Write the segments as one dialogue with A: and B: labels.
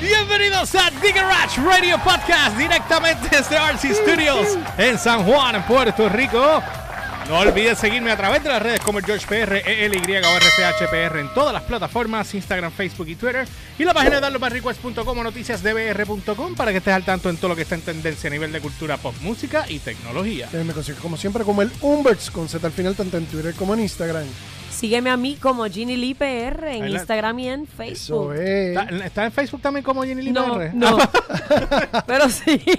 A: Bienvenidos a The Garage Radio Podcast directamente desde RC Studios en San Juan, en Puerto Rico. No olvides seguirme a través de las redes como GeorgePR, ELY E o RCHPR en todas las plataformas, Instagram, Facebook y Twitter. Y la página de darloparrequest.com o noticiasdbr.com para que estés al tanto en todo lo que está en tendencia a nivel de cultura pop, música y tecnología.
B: Eh, Me consigo como siempre como el Umberts con Z al final tanto en Twitter como en Instagram.
C: Sígueme a mí como Ginny Lee PR en
A: Ahí la-
C: Instagram y en
B: Eso
C: Facebook.
B: es.
A: ¿Está, está en Facebook también como Jenny Lima
C: No,
A: R? Ah,
C: no. Pero sí.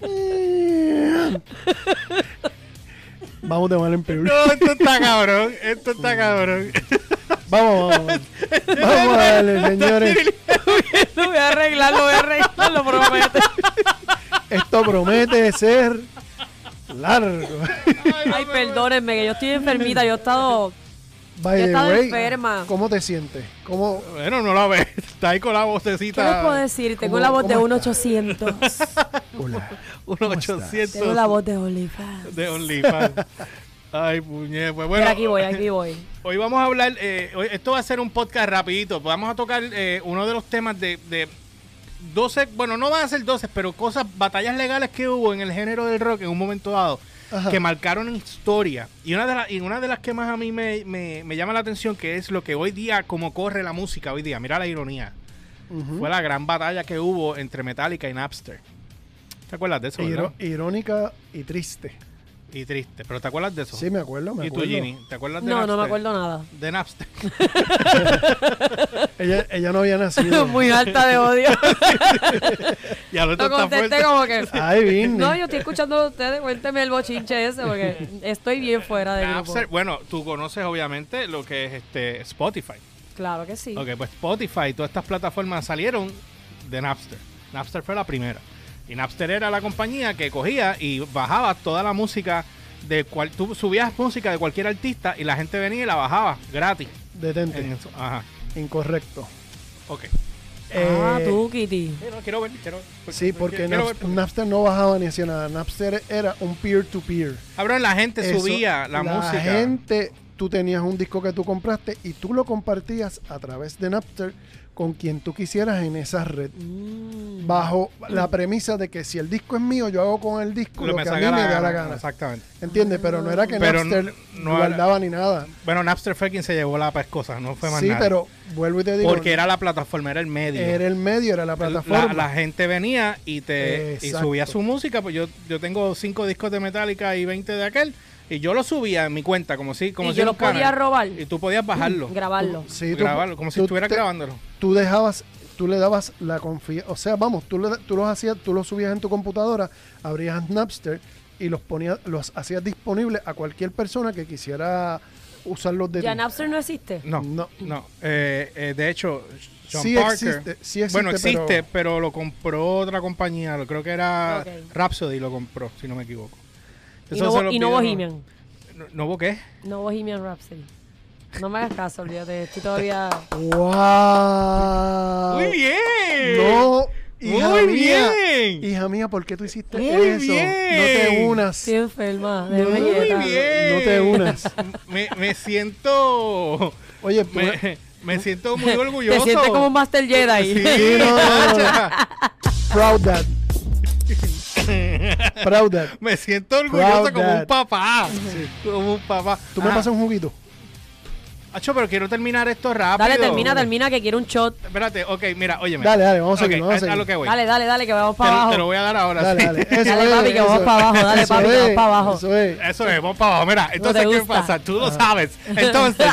B: Vamos de mal en peor.
A: No, esto está cabrón. Esto está cabrón.
B: Vamos, vamos.
A: Este
B: Vamos a darle, señores.
C: lo voy a arreglar, lo voy a arreglar, lo prometo.
B: Esto promete ser largo.
C: Ay, perdónenme, que yo estoy enfermita, yo he estado...
B: By
C: Yo
B: the
C: estaba
B: way,
C: enferma.
B: ¿cómo te sientes? ¿Cómo,
A: Bueno, no la ves. Está ahí con la
C: ¿Qué les
A: vocecita.
C: puedo decir? Tengo
B: ¿Cómo-
C: la voz de
B: cómo
C: 1800.
B: hola.
A: Un
C: Tengo la
A: 800
C: voz de Oliva.
A: de OnlyFans. Ay, puñe. Pues bueno.
C: Pero aquí voy, aquí voy.
A: Hoy vamos a hablar, eh, hoy- esto va a ser un podcast rapidito. Vamos a tocar eh, uno de los temas de, de 12, bueno, no van a ser 12, pero cosas, batallas legales que hubo en el género del rock en un momento dado,
B: Ajá.
A: que marcaron historia. Y una de, la- y una de las que más a mí me, me- me llama la atención, que es lo que hoy día, como corre la música hoy día, mira la ironía,
B: Ujú.
A: fue la gran batalla que hubo entre Metallica y Napster. ¿Te acuerdas de eso?
B: Iro-
A: verdad?
B: irónica y triste.
A: Y triste, pero ¿te acuerdas de eso?
B: Sí, me acuerdo, me
A: ¿Y tú,
B: acuerdo.
A: Ginny? ¿Te acuerdas de
C: No,
A: Napster?
C: no me acuerdo nada.
A: De Napster.
B: Ella, ella no había nacido.
C: Muy alta de odio.
A: ya lo
C: No contesté como que...
B: Ay, Vinny.
C: No, yo estoy escuchando a ustedes, cuénteme el bochinche ese, porque estoy bien fuera de grupo.
A: Napster, bueno, tú conoces obviamente lo que es este Spotify.
C: Claro que sí.
A: Ok, pues Spotify, todas estas plataformas salieron de Napster. Napster fue la primera. Y Napster era la compañía que cogía y bajaba toda la música de cual tú subías música de cualquier artista y la gente venía y la bajaba gratis.
B: Detente.
A: En eso- Ajá.
B: Incorrecto.
A: Ok.
C: Ah,
B: Eh,
C: tú, Kitty.
A: Sí, no, quiero ver, quiero-
B: Sí, porque
A: quiero
B: Naps-
A: ver, porque-
B: Napster no bajaba ni hacía nada. Napster era un peer-to-peer.
A: Cabrón, la gente
B: Eso,
A: subía la, música.
B: La gente, tú tenías un disco que tú compraste y tú lo compartías a través de Napster con quien tú quisieras en esa red.
A: Mm.
B: Bajo la premisa de que si el disco es mío, yo hago con el disco lo,
A: que
B: que a mí
A: saca
B: me
A: la
B: da la
A: gana,
B: gana.
A: Exactamente.
B: ¿Entiendes? Pero no era que
A: Pero
B: Napster
A: no- no era-
B: guardaba ni nada.
A: Bueno, Napster fue quien se llevó la pescosa, no fue más
B: Sí,
A: nadie.
B: pero vuelvo y te digo.
A: Porque era la plataforma, era el medio.
B: era el medio, era la
A: la,
B: plataforma.
A: la gente venía y te y
B: Exacto.
A: subía su música. Pues yo, yo tengo cinco discos de Metallica y 20 de aquel. Y yo lo subía en mi cuenta, como si. Como
C: Y
A: si
C: yo
A: era
C: lo
A: un canal.
C: podía robar. Mm,
A: Y tú podías bajarlo.
C: Grabarlo.
B: Sí, tú-
A: grabarlo, como si
B: tú
A: estuviera
B: te-
A: grabándolo.
B: tú dejabas, tú le dabas la confianza, o sea, vamos, tú, le, tú los hacías, tú los subías en tu computadora, abrías Napster y los ponías, los hacías disponibles a cualquier persona que quisiera usarlos de
C: Ya
B: ti.
C: Napster no existe.
A: No, no.
B: No.
A: Eh, eh, de hecho, John
B: Sí
A: Parker.
B: existe, sí existe,
A: bueno, existe, pero...
B: pero-
A: lo compró otra compañía. lo- Creo que era
C: Ok.
A: Rhapsody lo compró, si no me equivoco.
C: Y
A: Eso
C: no,
A: se
C: bo-
A: los
C: y no
A: videos-
C: Bohemian.
A: ¿No, no ¿vo qué?
C: No Bohemian Rhapsody. No me hagas caso, olvídate. Estoy todavía.
B: ¡Wow!
A: ¡Muy bien!
B: Ah. No, hija
A: Muy
B: mía.
A: bien.
B: Hija mía, ¿por qué tú hiciste
A: Muy
B: eso? No te
A: bien.
B: unas.
C: Estoy enferma. De
B: No,
A: Muy
C: melleta.
A: bien.
B: no te unas.
A: Me, me siento.
B: Oye,
A: Me, me siento muy orgulloso.
C: Te sientes como un Master Jedi.
A: Sí,
B: Sí, no, no, no.
A: hacha.
B: proud dad. proud dad.
A: Me siento orgulloso
B: Proud
A: como un
B: dad.
A: papá. Como un papá.
B: Tú me
A: Ah,
B: pasas un juguito.
A: Hacho, pero quiero terminar esto rápido.
C: Dale, termina, termina, que quiero un shot.
A: Espérate, ok, mira, óyeme.
B: Dale, dale, vamos a
A: Ok,
B: seguir, vamos a
A: a,
B: seguir.
A: lo que voy.
C: Dale, dale, dale, que vamos
A: te,
C: para
A: lo-
C: abajo.
A: te lo voy a dar ahora.
B: Dale,
A: sí.
B: dale. Eso
C: Dale,
B: es,
C: papi, que vamos
B: eso
C: para abajo. Dale,
B: eso
C: papi, que vamos para abajo.
B: Eso es.
A: Eso es, vamos para abajo. Mira, entonces,
C: te
A: ¿qué
C: gusta.
A: pasa? Tú lo sabes. Entonces,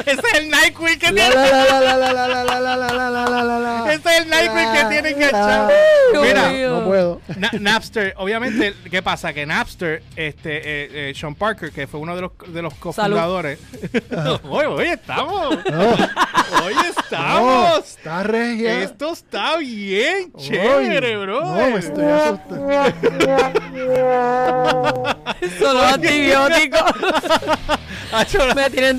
A: ese es el Nightwill que
B: La,
A: tiene.
B: la, la, la, la, la, la, la, la, la, la, la, la, la, la.
A: Ese es el Nightwill que
B: La,
A: tiene que
B: la.
A: echar.
C: Dios
A: Mira,
C: mío.
B: No puedo.
A: Na- Napster, obviamente, ¿qué pasa? Que Napster, este, eh, eh, Sean Parker, que fue uno de los, de los cofundadores. hoy, hoy estamos.
B: No,
A: Hoy
B: no,
A: estamos.
B: está regia.
A: Esto está bien
B: Uy,
A: chévere, bro.
B: No, me estoy asustando.
C: Solo antibióticos. me tienen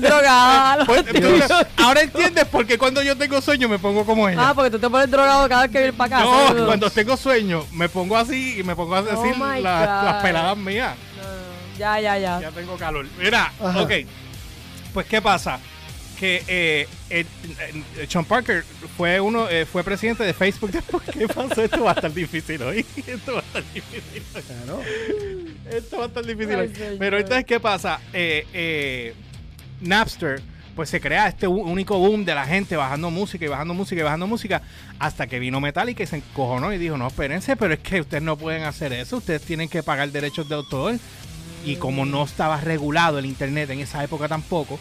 C: drogada. los
A: Pues,
C: antibióticos.
A: ahora entiendes por qué cuando yo tengo sueño me pongo como
C: Ah,
B: pues,
A: ella.
C: porque tú te pones drogado cada vez que vienes para
A: pues, no,
C: casa.
A: cuando tengo sueño me pongo así y me pongo
B: Oh
A: a decir
C: my
A: las-
C: God.
A: las peladas mías.
C: Ya, ya, ya.
A: Ya tengo calor. Mira,
B: Ajá.
A: ok. Pues, ¿qué pasa? que eh, eh, eh, Sean Parker fue uno eh, fue presidente de Facebook después que pasó. Esto va a estar difícil hoy. Esto va a estar difícil. hoy.
B: Claro.
A: Esto va a estar difícil.
C: Ay,
A: hoy.
C: señor.
A: Pero entonces, ¿qué pasa? Eh, eh, Napster, pues se crea este u- único boom de la gente bajando música y bajando música y bajando música, hasta que vino Metallica y se encojonó y dijo, no, espérense, pero es que ustedes no pueden hacer eso, ustedes tienen que pagar derechos de autor. Y como no estaba regulado el Internet en esa época tampoco,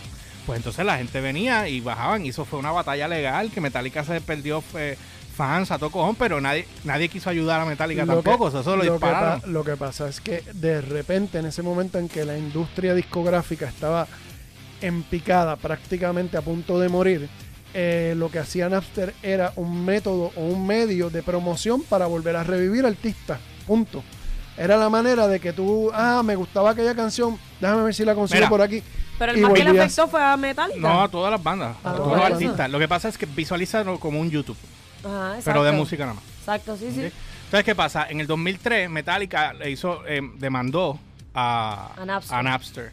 A: pues entonces la gente venía y bajaban. Y eso fue una batalla legal que Metallica se perdió eh, fans a todo cojón, pero nadie, nadie quiso ayudar a Metallica
B: Lo que-
A: tampoco. eso solo
B: lo que pa-
A: dispararon.
B: lo que pasa es que de repente, en ese momento en que la industria discográfica estaba en picada, prácticamente a punto de morir, eh, lo que hacía Napster era un método o un medio de promoción para volver a revivir artistas. Punto. Era la manera de que tú, ah, me gustaba aquella canción, déjame ver si la consigo
A: Mira.
B: por aquí.
C: Pero el
B: Y
C: más que le
B: volvías-
C: afectó fue a Metallica.
A: No, a todas las bandas,
B: Ah,
A: a
B: todas
A: todos los
B: las
A: artistas.
C: bandas.
A: Lo que pasa es que visualízalo como un YouTube,
C: Ajá,
A: pero de
C: exacto.
A: música nada más.
C: Exacto, sí, sí.
A: ¿ok? Entonces, ¿qué pasa? En el 2003, Metallica le hizo, eh, demandó a,
C: A Napster.
A: Napster.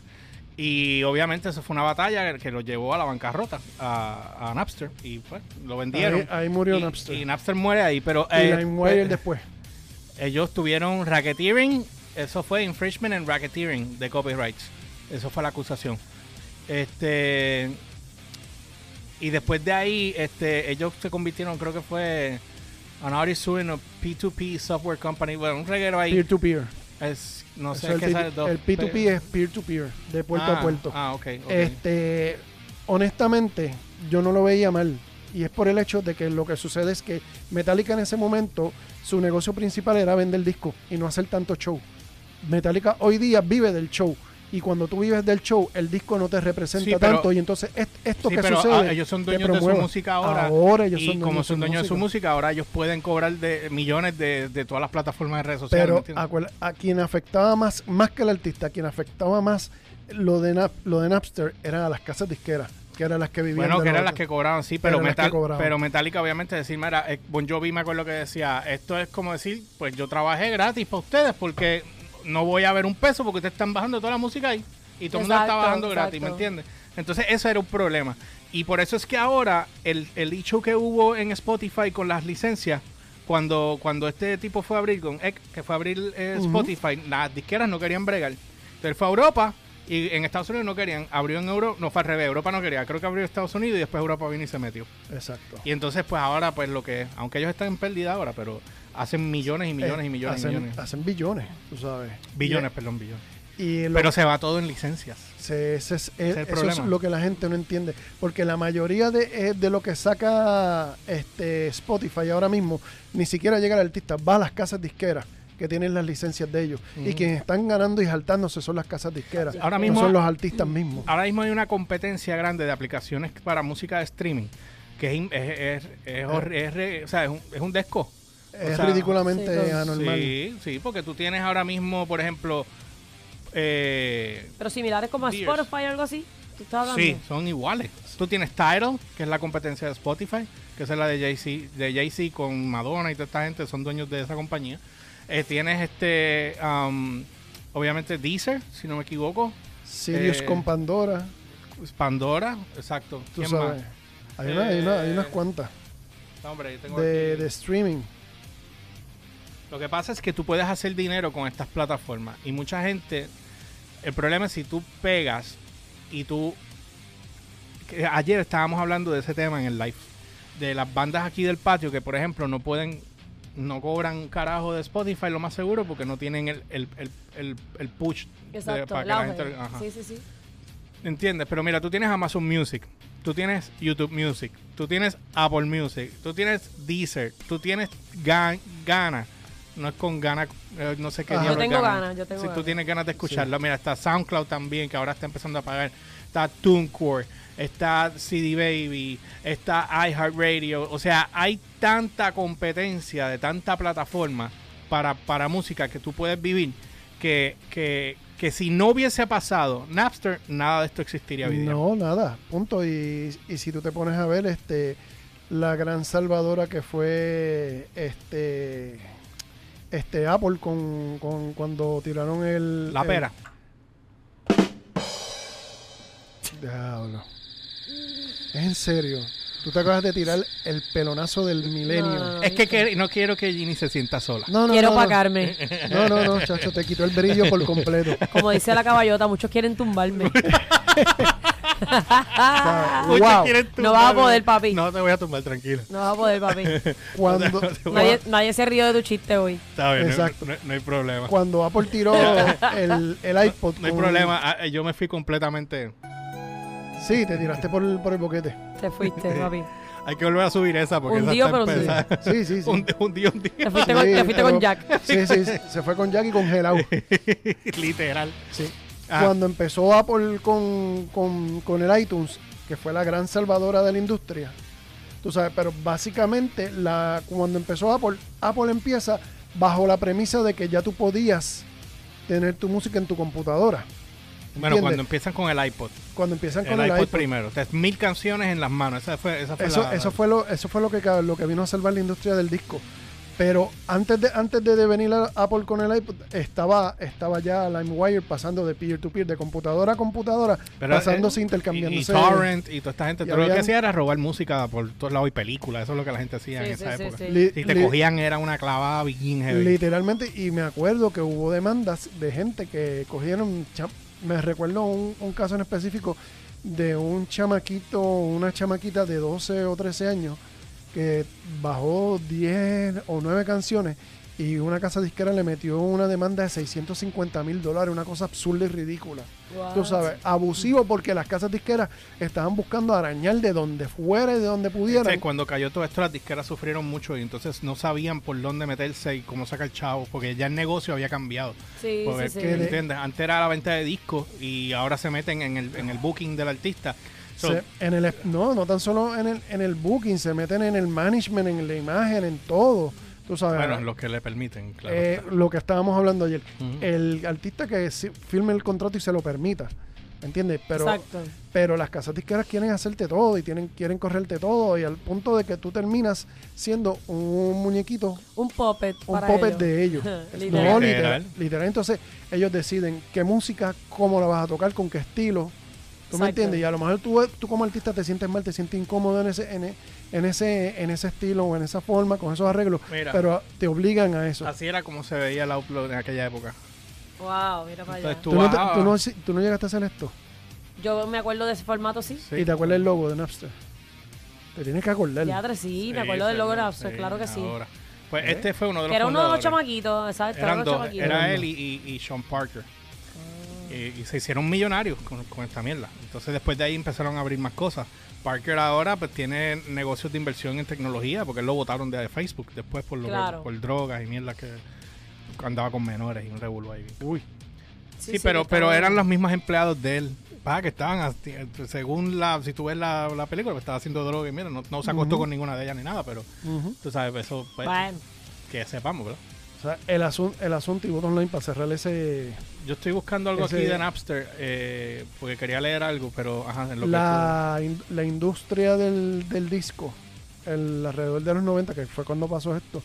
A: Y obviamente eso fue una batalla que lo llevó a la bancarrota, a, a Napster. Y pues, lo vendieron.
B: Ahí- ahí murió
A: Y-
B: Napster.
A: Y Napster muere ahí, pero
B: y
A: eh,
B: LimeWire
A: eh,
B: después.
A: ellos tuvieron racketeering. Eso fue infringement and racketeering de copyrights. Eso fue la acusación. Este. Y después de ahí, este, ellos se convirtieron, creo que fue an artist suing a P2P software company. Bueno, un reguero ahí.
B: Peer-to-peer.
A: Es- no sé
B: Eso
A: qué
B: el,
A: esas dos-
B: el P2P es peer-to-peer, de puerto
A: Ah,
B: a puerto.
A: Ah, ok. ok.
B: Este, honestamente, yo no lo veía mal. Y es por el hecho de que lo que sucede es que Metallica en ese momento, su negocio principal era vender discos y no hacer tanto show. Metallica hoy día vive del show. Y cuando tú vives del show, el disco no te representa
A: Sí, pero-
B: tanto. Y entonces est- esto
A: Sí,
B: que
A: pero
B: sucede.
A: ah, ellos son
B: te
A: dueños de su
B: promueve.
A: música ahora.
B: Ahora ellos
A: y
B: son dueños
A: como
B: de
A: son
B: su
A: dueños de su
B: música.
A: música, ahora ellos pueden cobrar de millones de, de todas las plataformas de redes sociales. ¿me
B: Pero
A: entiendes?
B: a, cual- a quien afectaba más, más que el artista, a quien afectaba más lo de, Nap- lo de Napster eran a las casas disqueras, que eran las que vivían.
A: Bueno,
B: de
A: que
B: lo
A: eran las
B: otro.
A: que cobraban, sí, pero,
B: Eran las que
A: Metal-
B: cobraban.
A: pero Metallica obviamente decir, mira, eh, Bon Jovi me acuerdo que decía, esto es como decir, pues yo trabajé gratis para ustedes porque no voy a ver un peso porque ustedes están bajando toda la música ahí y todo el mundo la está
C: Exacto,
A: bajando gratis, ¿me
C: exacto.
A: entiendes? Entonces eso era un problema. Y por eso es que ahora el, el hecho que hubo en Spotify con las licencias, cuando, cuando este tipo fue a abrir, con Ek, que fue a abrir eh,
B: Ujú.
A: Spotify, las disqueras no querían bregar. Entonces él fue a Europa y en Estados Unidos no querían. Abrió en Europa, no fue al revés, Europa no quería. Creo que abrió Estados Unidos y después Europa vino y se metió.
B: Exacto.
A: Y entonces, pues ahora, pues lo que, aunque ellos están en pérdida ahora, pero hacen millones y millones
B: Eh,
A: y millones
B: hacen,
A: y millones.
B: Hacen billones, tú sabes.
A: Billones, perdón, billones.
B: Y lo-
A: Pero se va todo en licencias.
B: se- ese es-
A: el
B: eh, eso es
A: problema.
B: lo que la gente no entiende. Porque la mayoría de, eh, de lo que saca este Spotify ahora mismo ni siquiera llega al artista, va a las casas disqueras que tienen las licencias de ellos. Y quienes están ganando y saltándose son las casas disqueras.
A: Ahora
B: no
A: mismo- Ah,
B: son los artistas mismos.
A: Ahora mismo hay una competencia grande de aplicaciones para música de streaming, que es, in- es, es, es
B: Ah.
A: hor- es re- o sea, es un, es un desco. O
B: es
A: sea,
B: ridículamente
C: sí, con-
B: anormal.
A: Sí, sí, porque tú tienes ahora mismo, por ejemplo, eh,
C: Pero similares como a
A: Dears.
C: Spotify o algo así. ¿Tú estás hablando?
A: Sí, son iguales. Tú tienes Tidal, que es la competencia de Spotify, que esa es la de Jay-Z de Jay-Z con Madonna y toda esta gente, son dueños de esa compañía. Eh, tienes este, am, obviamente Deezer, si no me equivoco,
B: Sirius
A: Eh,
B: con Pandora,
A: Pandora, exacto.
B: tú
A: ¿Quién
B: sabes.
A: más?
B: Hay, una- hay una- hay
A: Eh,
B: unas cuantas
A: No, hombre, yo tengo
B: de,
A: aquí-
B: de streaming.
A: Lo que pasa es que tú puedes hacer dinero con estas plataformas y mucha gente, el problema es si tú pegas y tú... que ayer estábamos hablando de ese tema en el live, de las bandas aquí del patio que por ejemplo no pueden, no cobran un carajo de Spotify lo más seguro porque no tienen el, el, el, el- el push. de-
C: Exacto.
A: para que
C: el
A: la
C: auge.
A: gente- ajá.
C: Sí, sí, sí.
A: ¿Entiendes? Pero mira, tú tienes Amazon Music, tú tienes YouTube Music, tú tienes Apple Music, tú tienes Deezer, tú tienes Ga- Gana. No es con Gana, eh, no sé qué
B: Ajá.
A: diablo
B: Yo
A: es
C: tengo
A: Gaana.
C: Gaana, yo tengo
A: Si tú
C: Gaana.
A: tienes ganas de escucharlo, mira, está SoundCloud también, que ahora está empezando a pagar. Está TuneCore, está CD Baby, está iHeartRadio. O sea, hay tanta competencia de tanta plataforma para, para música que tú puedes vivir que, que, que si no hubiese pasado Napster, nada de esto existiría hoy día.
B: No, nada, punto. Y, y si tú te pones a ver, este, la gran salvadora que fue este, este Apple con, con- cuando tiraron el.
A: La
B: el-
A: pera.
B: Diablo. Es en serio. Tú te acabas de tirar el pelonazo del milenio.
C: no,
A: Es que, que- no quiero que Ginny se sienta sola.
B: No, no,
C: Quiero
B: no, no.
C: pagarme.
B: No, no, no, chacho, te quitó el brillo por completo.
C: Como dice la caballota, muchos quieren tumbarme.
B: O sea,
A: Muchos
B: wow.
A: quieren
C: No vas a
A: tumbarme.
C: poder, papi.
A: No te voy a tumbar, tranquilo.
C: No vas a poder, papi.
B: Cuando,
C: Nadie, nadie se rió de tu chiste hoy.
A: Está bien, no-
B: Exacto.
A: No, no hay problema.
B: cuando Apple tiró el, el iPod.
A: No hay
B: con-
A: problema. Ah, eh, Yo me fui completamente.
B: Sí, te tiraste por el, por el boquete.
C: Te fuiste, papi.
A: Hay que volver a subir esa porque
C: Hundido,
A: esa
C: pero
A: está empezada.
B: Sí, sí, sí.
A: Un, un día, un
C: Te
A: día.
C: fuiste, con,
B: Sí,
C: te fuiste con
B: pero-
C: Jack.
B: Sí, sí, sí, se fue con Jack y congelado.
A: Literal.
B: Sí.
A: Ah.
B: Cuando empezó Apple con, con, con el iTunes, que fue la gran salvadora de la industria. Tú sabes, pero básicamente la, cuando empezó Apple, Apple empieza bajo la premisa de que ya tú podías tener tu música en tu computadora.
A: Bueno,
B: ¿Entiendes?
A: cuando empiezan con el iPod.
B: Cuando empiezan
A: El
B: con
A: iPod, primero. O sea, mil canciones en las manos. Esa fue, esa fue
B: Eso,
A: la-
B: eso fue lo, eso fue lo que, ca- lo que vino a salvar la industria del disco. Pero antes de, antes de venir a Apple con el iPod, estaba, estaba ya LimeWire pasando de peer-to-peer, de computadora a computadora,
A: Pero,
B: pasándose,
A: eh,
B: intercambiándose.
A: Y, y Torrent y toda esta gente.
B: Y
A: Todo lo que
B: habían-
A: hacía era robar música por todos lados y películas. Eso es lo que la gente hacía en
C: Sí, sí,
A: esa
C: sí,
A: época.
C: sí.
B: Li-
A: Si te
B: li-
A: cogían era una clavada bien heavy.
B: Literalmente, y me acuerdo que hubo demandas de gente que cogieron. cha- Me recuerdo un, un caso en específico de un chamaquito, una chamaquita de 12 o 13 años que bajó 10 o 9 canciones y una casa disquera le metió una demanda de 650 mil dólares, una cosa absurda y ridícula. Tú sabes, abusivo porque las casas disqueras estaban buscando arañar de donde fuera y de donde pudieran.
A: Sí, cuando cayó todo esto, las disqueras sufrieron mucho y entonces no sabían por dónde meterse y cómo sacar chavo, porque ya el negocio había cambiado.
C: Sí,
A: Porque,
C: sí, sí.
B: que de-
A: ¿entiendes? Antes era la venta de discos y ahora se meten en el, en el booking del artista. So,
B: Se- en el, no, no tan solo en el, en el booking, se meten en el management, en la imagen, en todo. Tú sabes.
A: bueno, los que le permiten, claro.
B: Ah. eh,
A: está.
B: lo que estábamos hablando ayer.
A: Ujú.
B: El artista que si- firme el contrato y se lo permita. ¿Entiendes? Pero,
C: Exacto.
B: pero las casas disqueras quieren hacerte todo y tienen, quieren correrte todo. Y al punto de que tú terminas siendo un muñequito
C: Un puppet.
B: un
C: para
B: popet
C: ellos.
B: de ellos.
C: Literal.
A: Literal.
B: no, literal. literal. Entonces, ellos deciden qué música, cómo la vas a tocar, con qué estilo. ¿Tú me
C: Exacto.
B: entiendes? Y a lo mejor tú, tú como artista te sientes mal, te sientes incómodo en ese, en, e- en ese, en ese estilo o en esa forma, con esos arreglos.
A: Mira. Ah,
B: Pero te obligan a eso.
A: Así era como se veía el outlook en aquella época.
C: Wow, mira para allá.
A: Entonces tú,
B: ¿Tú no, te-
A: bajabas-
B: tú no si- tú no llegaste a hacer esto.
C: Yo me acuerdo de ese formato, sí.
A: Sí.
B: Y te acuerdas el logo de Napster. Te tienes que acordar.
C: Teatro, sí, me
A: Sí,
C: acuerdo del
A: se
C: logo de
A: ve,
C: Napster,
A: sí,
C: claro que sí.
A: ahora. Pues este fue uno de los
C: Que era uno de los
A: fundadores.
C: chamaquitos, exacto.
A: Eran
C: eran los
A: dos,
C: chamaquitos. Oh.
A: era él y, y- y Sean Parker. Eh, Y, y se hicieron millonarios con, con esta mierda. Entonces después de ahí empezaron a abrir más cosas. Parker ahora pues tiene negocios de inversión en tecnología porque él lo votaron de Facebook después por, lo que-
C: Claro.
A: por drogas y mierda que andaba con menores y un revuelo ahí.
B: Uy.
A: Sí, pero,
C: estaba
A: pero
C: bien.
A: eran los mismos empleados de él. Pa, que estaban, hasti- según la, si tú ves la, la película, pues, estaba haciendo droga y mira, no, no se acostó con ninguna de ellas ni nada, pero
B: Ujú.
A: tú sabes, eso, pues,
C: Bueno,
A: que sepamos, ¿verdad?
B: O sea, el, asun- el asunto y Bottom Online para cerrar ese.
A: Yo estoy buscando algo
B: Ese-
A: aquí de Napster eh, porque quería leer algo, pero ajá, en lo
B: la, in- la industria del, del disco, el, alrededor de los 90, que fue cuando pasó esto,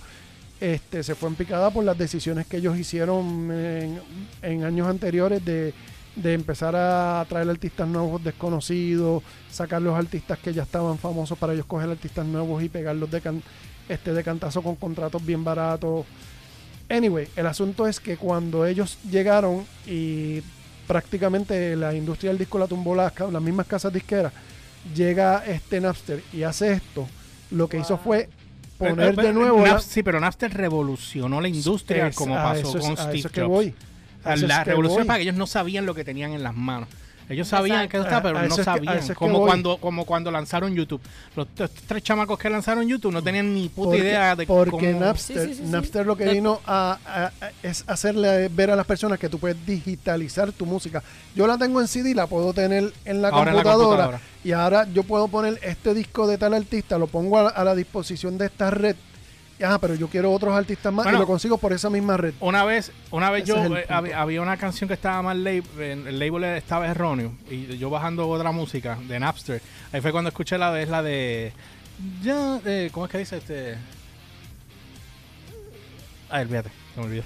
B: este, se fue en picada por las decisiones que ellos hicieron en, en años anteriores de, de empezar a traer artistas nuevos desconocidos, sacar los artistas que ya estaban famosos para ellos coger artistas nuevos y pegarlos de, can- este, de cantazo con contratos bien baratos. Anyway, el asunto es que cuando ellos llegaron y prácticamente la industria del disco la tumbó las, ca- las mismas casas disqueras, llega este Napster y hace esto, lo que hizo
C: Wow.
B: fue
A: tú-
B: poner
A: Eh, eh,
B: de nuevo
A: Nap-
B: la-
A: sí, pero Napster revolucionó la industria
B: es-
A: como
B: a
A: pasó
B: eso es-
A: con
B: a
A: Steve
B: eso es que
A: Jobs.
B: voy.
A: O sea,
B: A eso
A: la
B: es que
A: revolución
B: voy.
A: es para que ellos no sabían lo que tenían en las manos. Ellos sabían
C: Exacto.
A: que eso estaba,
B: A-
A: pero
B: a
A: no
B: eso es que- a
A: sabían.
B: eso es que
A: como
B: voy.
A: cuando como cuando lanzaron YouTube. Los t- estos tres chamacos que lanzaron YouTube no tenían ni puta
B: Porque-
A: idea de
B: porque
A: cómo...
B: Napster,
C: Sí, sí, sí, sí.
B: Napster lo que
C: De-
B: vino a, a- a- es hacerle ver a las personas que tú puedes digitalizar tu música. Yo la tengo en CD, la puedo tener en la,
A: Ahora en la
B: computadora,
A: computadora.
B: y ahora yo puedo poner este disco de tal artista, lo pongo a, a la disposición de esta red. Ah, pero yo quiero otros artistas más
A: Bueno.
B: y lo consigo por esa misma red.
A: Una vez, una vez
B: Ese
A: yo
B: es el
A: eh,
B: punto.
A: hab- había, una canción que estaba mal lab- en- el label estaba erróneo y yo bajando otra música de Napster. Ahí fue cuando escuché la de es la de ya eh, ¿cómo es que dice este? Ay, olvídate, se me olvidó.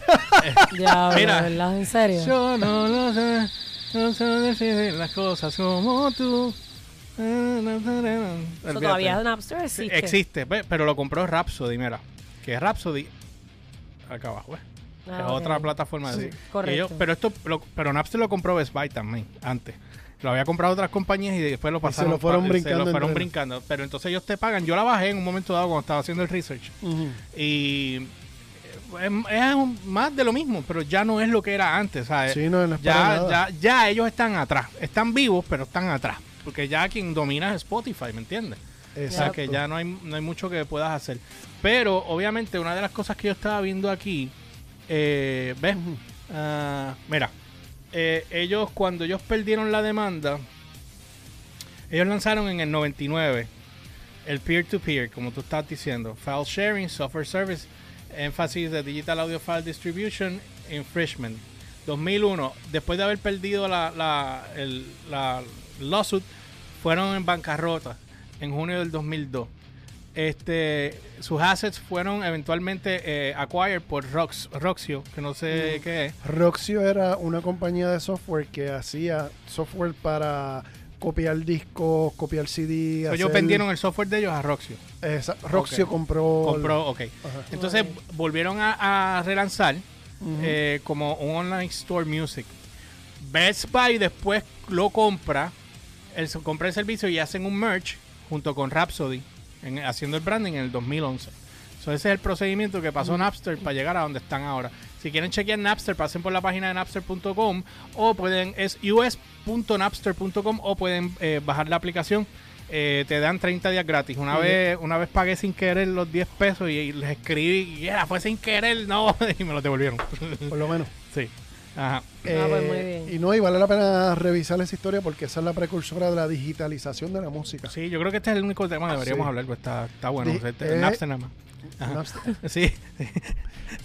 C: Ya,
A: Mira.
C: mira. ¿verdad? ¿En serio?
A: yo no lo sé, no sé decir las cosas como tú.
C: Eso todavía Napster
A: Sí,
C: existe.
A: Existe, ve, pero lo compró Rhapsody, mira. Que Rhapsody. Acá abajo, ¿ves?
C: Ah,
A: es
C: ok.
A: otra plataforma de
B: Sí,
A: así.
C: correcto.
A: Ellos- pero esto, lo- pero Napster lo compró Best Buy también, antes. Lo había comprado otras compañías y después lo pasaron.
B: lo fueron
A: pa-
B: brincando
A: lo fueron
B: entero.
A: brincando. Pero entonces ellos te pagan. Yo la bajé en un momento dado cuando estaba haciendo el research.
B: Ujú.
A: Y eh, es, un- más de lo mismo, pero ya no es lo que era antes. ¿sabes?
B: Sí, no, no es para
A: ya,
B: nada.
A: ya, ya ellos están atrás. Están vivos, pero están atrás. Porque ya quien domina es Spotify, ¿me entiendes? O sea
B: Exacto.
A: que ya no hay, no hay mucho que puedas hacer. Pero obviamente una de las cosas que yo estaba viendo aquí, eh, ¿ves? Ah, mira, eh, ellos cuando ellos perdieron la demanda, ellos lanzaron en el 99 el peer-to-peer, como tú estás diciendo, file sharing, software service, énfasis de digital audio file distribution, infringement. 2001, después de haber perdido la, la, el, la lawsuit, fueron en bancarrota en junio del 2002. Este, sus assets fueron eventualmente eh, acquired por Rox, Roxio, que no sé qué es.
B: Roxio era una compañía de software que hacía software para copiar discos, copiar CD.
A: So, Ellos
B: hacer-
A: vendieron el software de ellos a Roxio.
B: Esa- Roxio
A: Ok.
B: compró.
A: Compró, ok.
B: Ajá.
A: Entonces
C: Ok.
A: volvieron a, a relanzar
B: Ujú.
A: eh, como un online store music. Best Buy después lo compra, el, compra el servicio y hacen un merge junto con Rhapsody, en- haciendo el branding en el 2011. So, ese es el procedimiento que pasó Napster para llegar a donde están ahora. Si quieren chequear Napster, pasen por la página de napster.com o pueden, es us.napster.com o pueden eh, bajar la aplicación. Eh, te dan 30 días gratis. Una
B: Ujú.
A: vez una vez pagué sin querer los 10 pesos y, y les escribí, "Yeah, fue sin querer, no, y me los devolvieron.
B: Por lo menos.
A: sí. Ajá.
C: Ah, pues, muy
B: Eh,
C: bien.
B: Y no, y vale la pena revisar esa historia porque esa es la precursora de la digitalización de la música.
A: Sí, yo creo que este es el único tema que deberíamos
B: Ah, Sí.
A: hablar, pues está, está bueno.
B: Di-
A: o sea, este-
B: eh,
A: Napster nada más. Ajá.
B: Napster.
A: Sí,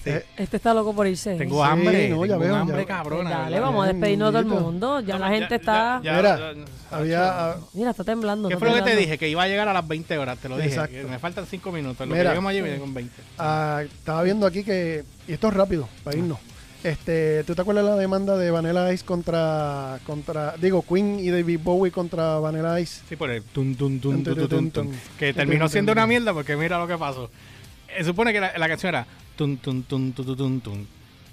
A: Sí.
B: Eh,
C: Este está loco por irse.
A: tengo
B: Sí,
A: hambre.
B: no, ya
A: tengo
B: veo, ya
A: hambre,
B: veo.
A: cabrona. de
C: Pues Dale,
A: verdad.
C: vamos a despedirnos a todo el
B: Bendito.
C: mundo. Ya la
A: No,
C: gente está.
A: ya-
B: Mira,
A: ya-
B: había. ah,
C: Mira, está temblando.
A: ¿Qué
C: está
A: fue lo que te
C: temblando.
A: dije? Que iba a llegar a las 20 horas, te lo dije.
B: Exacto.
A: que Me faltan 5 minutos. Lo que
B: Mira.
A: llegamos allí me llegan 20.
B: ah, estaba viendo aquí que. Y esto es rápido, para irnos. Este, ¿Tú te acuerdas la demanda de Vanilla Ice contra. contra digo, Queen y David Bowie contra Vanilla Ice?
A: Sí, por el tun, tun, tun,
B: Tun,
A: tun, tun,
B: tun, tun,
A: tun,
B: tun.
A: Que
B: Tun,
A: terminó
B: tun,
A: siendo
B: tun,
A: una
B: tun.
A: mierda porque mira lo que pasó. Se supone que la, la canción era. Tun, tun, tun, tun, tun, tun, tun.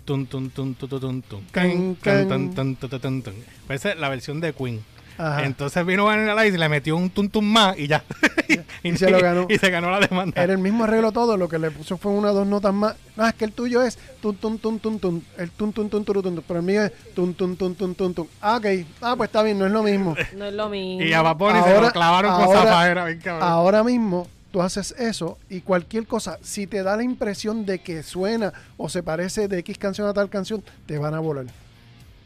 A: Tun, tun, tun, tun, tun, tun, tun. Can, can, tan, tan, tan, tan, tan, tan. Pues Esa es la versión de Queen.
B: Ajá.
A: Entonces vino Vanilla Ice y le metió un tum tum más y ya.
B: Y se lo ganó.
A: Y se ganó la demanda.
B: Era el mismo arreglo todo, lo que le puso fue una o dos notas más. No, es que el tuyo es tun tun tun tun tun, el tun tun tun tun tun, tun, pero el mío es tun tun tun tun tun tun. Ah, ok. Ah, pues está bien, no es lo mismo.
C: No es lo mismo.
A: Y a Bad Bunny se lo
B: Ahora-
A: clavaron con
B: ahora- ah,
A: zafajera, bien cabrón.
B: Ahora mismo tú haces eso y cualquier cosa, si te da la impresión de que suena o se parece de X canción a tal canción, te van a volar.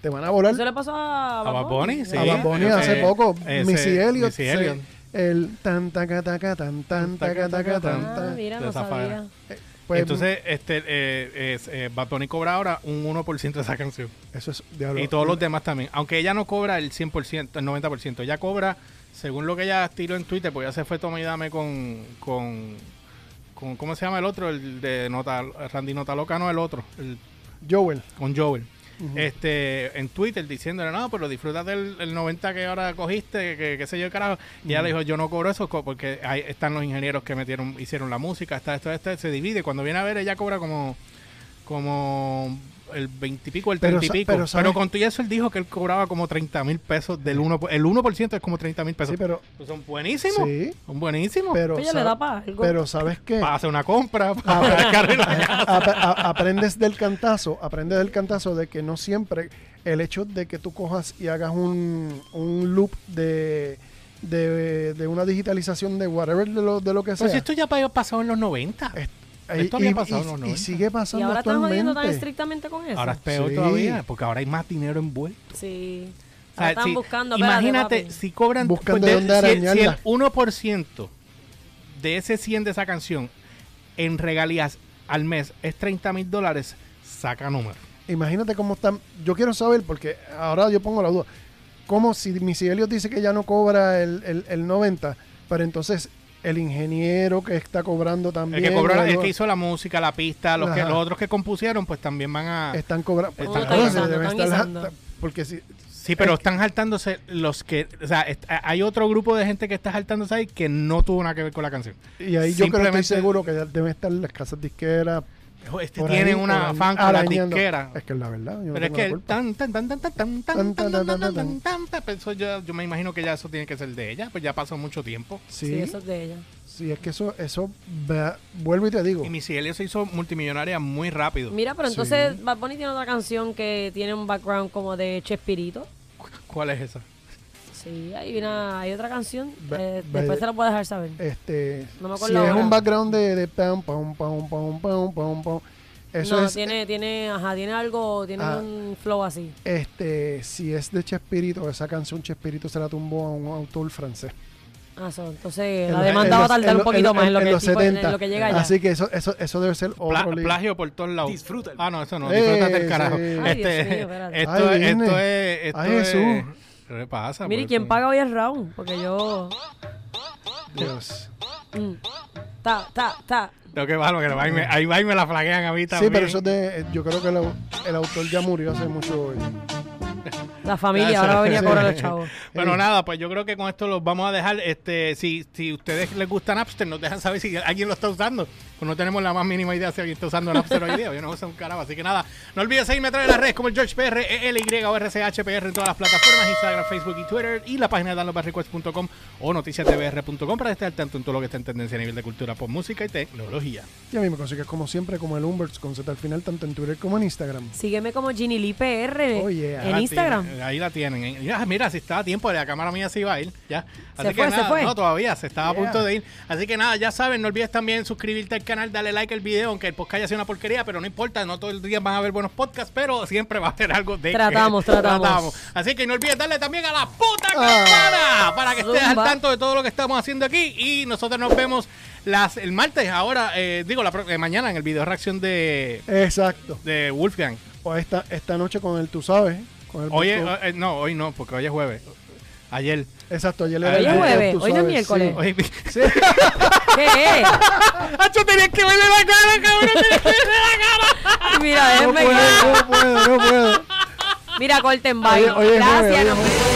B: Te van a volar.
C: Eso le pasó a
A: A Bad Bunny, sí.
B: a
C: Ah,
B: Bad Bunny
A: eh,
B: hace poco,
A: ese-
B: Missy Elliott.
A: Missy
B: se-
A: Elliott.
B: el tan taca taca tan tan taca taca tan
C: Ah,
B: tan.
C: mira,
A: De
C: no
A: esa
C: sabía.
B: Eh, pues,
A: Entonces, este, eh, es, eh, Bad Bunny cobra ahora un 1% de esa canción.
B: eso es diablo.
A: Y todos los demás también. Aunque ella no cobra el 100%, el 90%. Ella cobra, según lo que ella tiró en Twitter, porque ya se fue toma y dame con, con, con- ¿Cómo se llama el otro? El de Nota, Randy Nota Loca, no el otro. El
B: Joel.
A: con Joel.
B: Ujú.
A: Este, en Twitter diciéndole, no, pero disfrútate el, el 90 que ahora cogiste, que qué sé yo, carajo. Y ella le dijo, yo no cobro eso co- porque ahí están los ingenieros que metieron, hicieron la música, está esto, esto, se divide. Cuando viene a ver, ella cobra como, como el 20 y pico, el
B: Pero
A: 30 y
B: sa-
A: pico. Pero,
B: pero ¿sabes?
A: con todo eso, él dijo que él cobraba como 30 mil pesos del 1%, el 1% es como 30 mil pesos.
B: Sí, pero
A: Pues son buenísimos,
B: Sí.
A: son buenísimos.
B: Pero, eh,
C: Ella le
B: sab-
C: da para algo.
B: pero sabes qué?
A: para hacer una compra, para
B: pero-
A: arrancar el-
B: Ap- a- aprendes del cantazo, aprendes del cantazo de que no siempre el hecho de que tú cojas y hagas un, un loop de, de, de una digitalización de whatever de lo, de lo que sea.
A: Pues esto ya pa- pasó en los 90.
B: Es-
A: esto había pasado en los 90.
B: y sigue
C: y
B: pasando
C: ahora están jodiendo tan
B: actualmente.
C: estrictamente con eso.
A: Ahora es peor
B: Sí.
A: todavía, porque ahora hay más dinero envuelto.
C: Sí.
A: O sea,
C: Ahora están
A: si-
C: buscando. espérate,
A: imagínate
C: papi.
A: si cobran
B: Buscan
A: pues,
B: de dónde
A: si el- si, el
B: arañarla.
A: 1% de ese 100 de esa canción en regalías al mes es 30 mil dólares, saca número.
B: Imagínate cómo están. Yo quiero saber, porque ahora yo pongo la duda. ¿Cómo si Missy Elliott dice que ya no cobra el, el, el 90, pero entonces el ingeniero que está cobrando
A: El
B: también.
A: que, cobró, la- el
B: algo-
A: que hizo la música, la pista, los, que,
B: Ajá.
A: los otros que compusieron, pues también van a...
B: están cobrando.
A: Están
B: Claro,
A: guisando,
B: deben
C: están
B: estar-
C: guisando.
B: porque si,
A: Sí, pero están saltándose los que. O sea, est- hay otro grupo de gente que está saltándose ahí que no tuvo nada que ver con la canción.
B: Y ahí yo creo que estoy
A: Simplemente-
B: seguro que ya deben estar las casas disqueras.
A: Este
B: por
A: tiene
B: ahí, por
A: una
B: ahí,
A: fan con la
B: arañando.
A: disquera.
B: Es que es la verdad. Yo no
A: Pero es
B: tengo
A: que
B: la
A: el
B: culpa.
A: tan tan tan tan tan tan tan tan
B: Tan, tan,
A: tan
B: tan,
A: tan
B: tan,
A: tan tan tan pues eso ya- yo me imagino que ya eso tiene que ser de ella, pues ya pasó mucho tiempo.
B: Sí,
C: Sí, eso es de ella.
B: sí, es que eso, eso va- vuelvo y te digo.
A: Y Missy Elliott se hizo multimillonaria muy rápido.
C: Mira, pero entonces Bad Bunny tiene otra canción que tiene un background como de Chespirito.
A: ¿Cuál es esa?
C: Sí, hay una, hay otra canción.
B: Ba-
C: eh,
B: ba-
C: después te la puedo dejar saber.
B: Este,
C: No me acuerdo
B: si es
C: ahora.
B: un background de, de pam, pam, pam, pam, pam, pam, pam, Eso
C: no,
B: es, eh,
C: tiene, tiene, ajá, tiene algo, tiene
B: Ah.
C: un flow así.
B: este, si es de Chespirito, esa canción Chespirito se la tumbó a un autor francés.
C: Ah, so, entonces
B: En
C: la
B: los-
C: demanda
B: en
C: va a
B: los-
C: tardar
B: en
C: un
B: lo-
C: poquito
B: en-
C: más en, lo
B: en
C: que,
B: los
C: tipo, en- en
B: 70.
C: lo que llega ya.
B: Así que eso, eso, eso debe ser otro
A: Pla-
B: lío.
A: plagio por todos lados.
D: Disfrútalo.
A: Ah, no, eso no.
B: Ey.
A: Disfrútate el carajo.
B: Ay,
A: este,
C: Dios mío, espérate.
A: esto,
B: Ay,
A: es-
B: Disney.
A: esto es. Esto
B: Ay,
A: es-
B: Jesús.
A: ¿Qué pasa?
C: Mire,
A: por
C: ¿quién
A: eso?
C: paga hoy el round? Porque yo...
B: Dios.
C: mm, ta, ta, ta.
A: Tengo que bajarlo, que lo- ahí me, ahí va y me la flaguean a mí
B: Sí,
A: también.
B: pero eso es de, yo creo que el, au- el autor ya murió hace mucho.
C: La familia ahora va a venir a cobrar a los chavos.
A: Bueno,
B: Ey.
A: nada, pues yo creo que con esto los vamos a dejar. Este, si, si ustedes les gusta Napster, nos dejan saber si alguien lo está usando. Pues no tenemos la más mínima idea si alguien está usando Napster hoy día. Yo no uso un carajo. Así que nada, no olvides seguirme a través de las redes como el George E PR, ELY o RCHPR en todas las plataformas, Instagram, Facebook y Twitter. Y la página de danlobarrequest.com o noticiasdbr.com para estar al tanto en todo lo que está en tendencia a nivel de cultura, pop, música y tecnología.
B: Y a mí me consigues como siempre, como el Umberts con Z al final, tanto en Twitter como en Instagram.
C: Sígueme como Ginny Lee PR
B: Oh, yeah.
C: en
A: la
C: Instagram.
A: tienen, ahí la tienen. eh. Ya, mira, si estaba a tiempo, la cámara mía se iba a ir. Ya.
C: Se fue, se
A: nada,
C: fue.
A: no, todavía se estaba
B: Yeah.
A: a punto de ir. Así que nada, ya saben, no olvides también suscribirte al canal, darle like al video, aunque el podcast haya sido una porquería, pero no importa, no todos los días van a haber buenos podcasts, pero siempre va a haber algo de.
C: Tratamos, tratamos. Ah,
A: Así que no olvides darle también a la puta campana para que estés al
C: Zumba.
A: tanto de todo lo que estamos haciendo aquí. Y nosotros nos vemos las el martes, ahora, eh, digo, la pro- eh, mañana en el video reacción de,
B: Exacto.
A: de Wolfgang.
B: O esta, esta noche con el Tú Sabes. Con el
A: Oye,
B: Bulto.
A: eh, no, hoy no, porque hoy es jueves. Ayer.
B: Exacto, ayer le
A: Hoy
B: di
A: es
B: el Tú
C: jueves, hoy no es
B: Sabes,
C: miércoles.
A: Hoy.
B: Sí.
C: ¿Qué es?
A: ¡Acho, tenías que verle la cara, cabrón! ¡Tenías que verle la cara!
C: Ay, Mira,
B: No
C: déjenme.
B: puedo, no puedo, no puedo.
C: Mira, corten baile.
B: Oye, oye,
C: Gracias,
B: joven, oye,
C: nos
B: joven.
C: vemos.